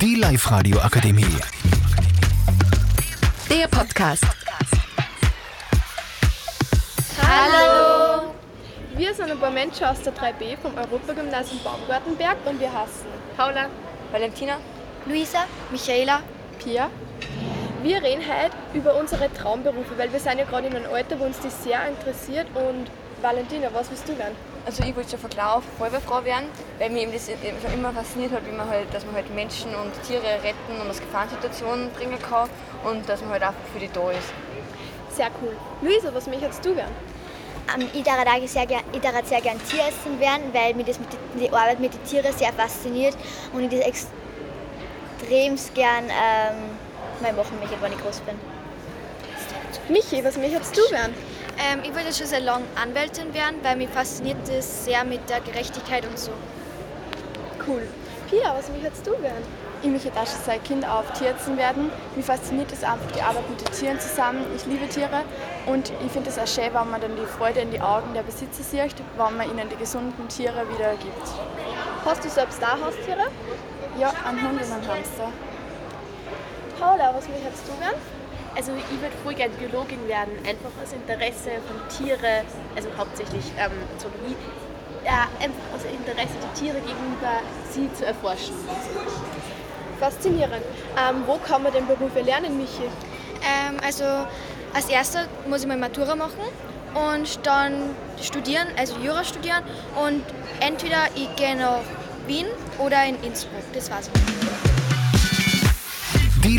Die Live-Radio Akademie. Der Podcast. Hallo! Wir sind ein paar Menschen aus der 3B vom Europagymnasium Baumgartenberg und wir heißen Paula, Valentina, Luisa, Michaela, Pia. Wir reden heute über unsere Traumberufe, weil wir sind ja gerade in einem Alter, wo uns das sehr interessiert. Und Valentina, was willst du werden? also ich wollte schon von klar auf Feuerwehrfrau werden, weil mir eben das eben schon immer fasziniert hat, wie man halt, dass man halt Menschen und Tiere retten und aus Gefahrensituationen bringen kann und dass man halt auch für die da ist. Sehr cool. Luisa, was möchtest du werden? Ähm, ich darf eigentlich sehr gern, ich darf sehr gern Tieressen werden, weil mir das mit die, die Arbeit mit den Tieren sehr fasziniert und ich das extrem gern ähm, mal machen möchte, wenn ich groß bin. Michi, was möchtest du werden? Ähm, ich würde schon sehr lange Anwältin werden, weil mich fasziniert das sehr mit der Gerechtigkeit und so. Cool. Pia, was möchtest du werden? Ich möchte auch schon seit Kind auf Tierärztin werden. Mich fasziniert es einfach die Arbeit mit den Tieren zusammen. Ich liebe Tiere und ich finde es auch schön, wenn man dann die Freude in die Augen der Besitzer sieht, wenn man ihnen die gesunden Tiere wieder gibt. Hast du selbst da Haustiere? Ja, ein Hund und ein Hamster. Paula, was möchtest du werden? Also ich würde voll gern Biologin werden, einfach aus Interesse von Tiere, also hauptsächlich ähm, Zoologie, ja, einfach aus Interesse der Tiere gegenüber, sie zu erforschen. Faszinierend. Ähm, wo kann man den Beruf erlernen, Michi? Ähm, also als erster muss ich meine Matura machen und dann studieren, also Jura studieren und entweder ich gehe nach Wien oder in Innsbruck. Das war's. Die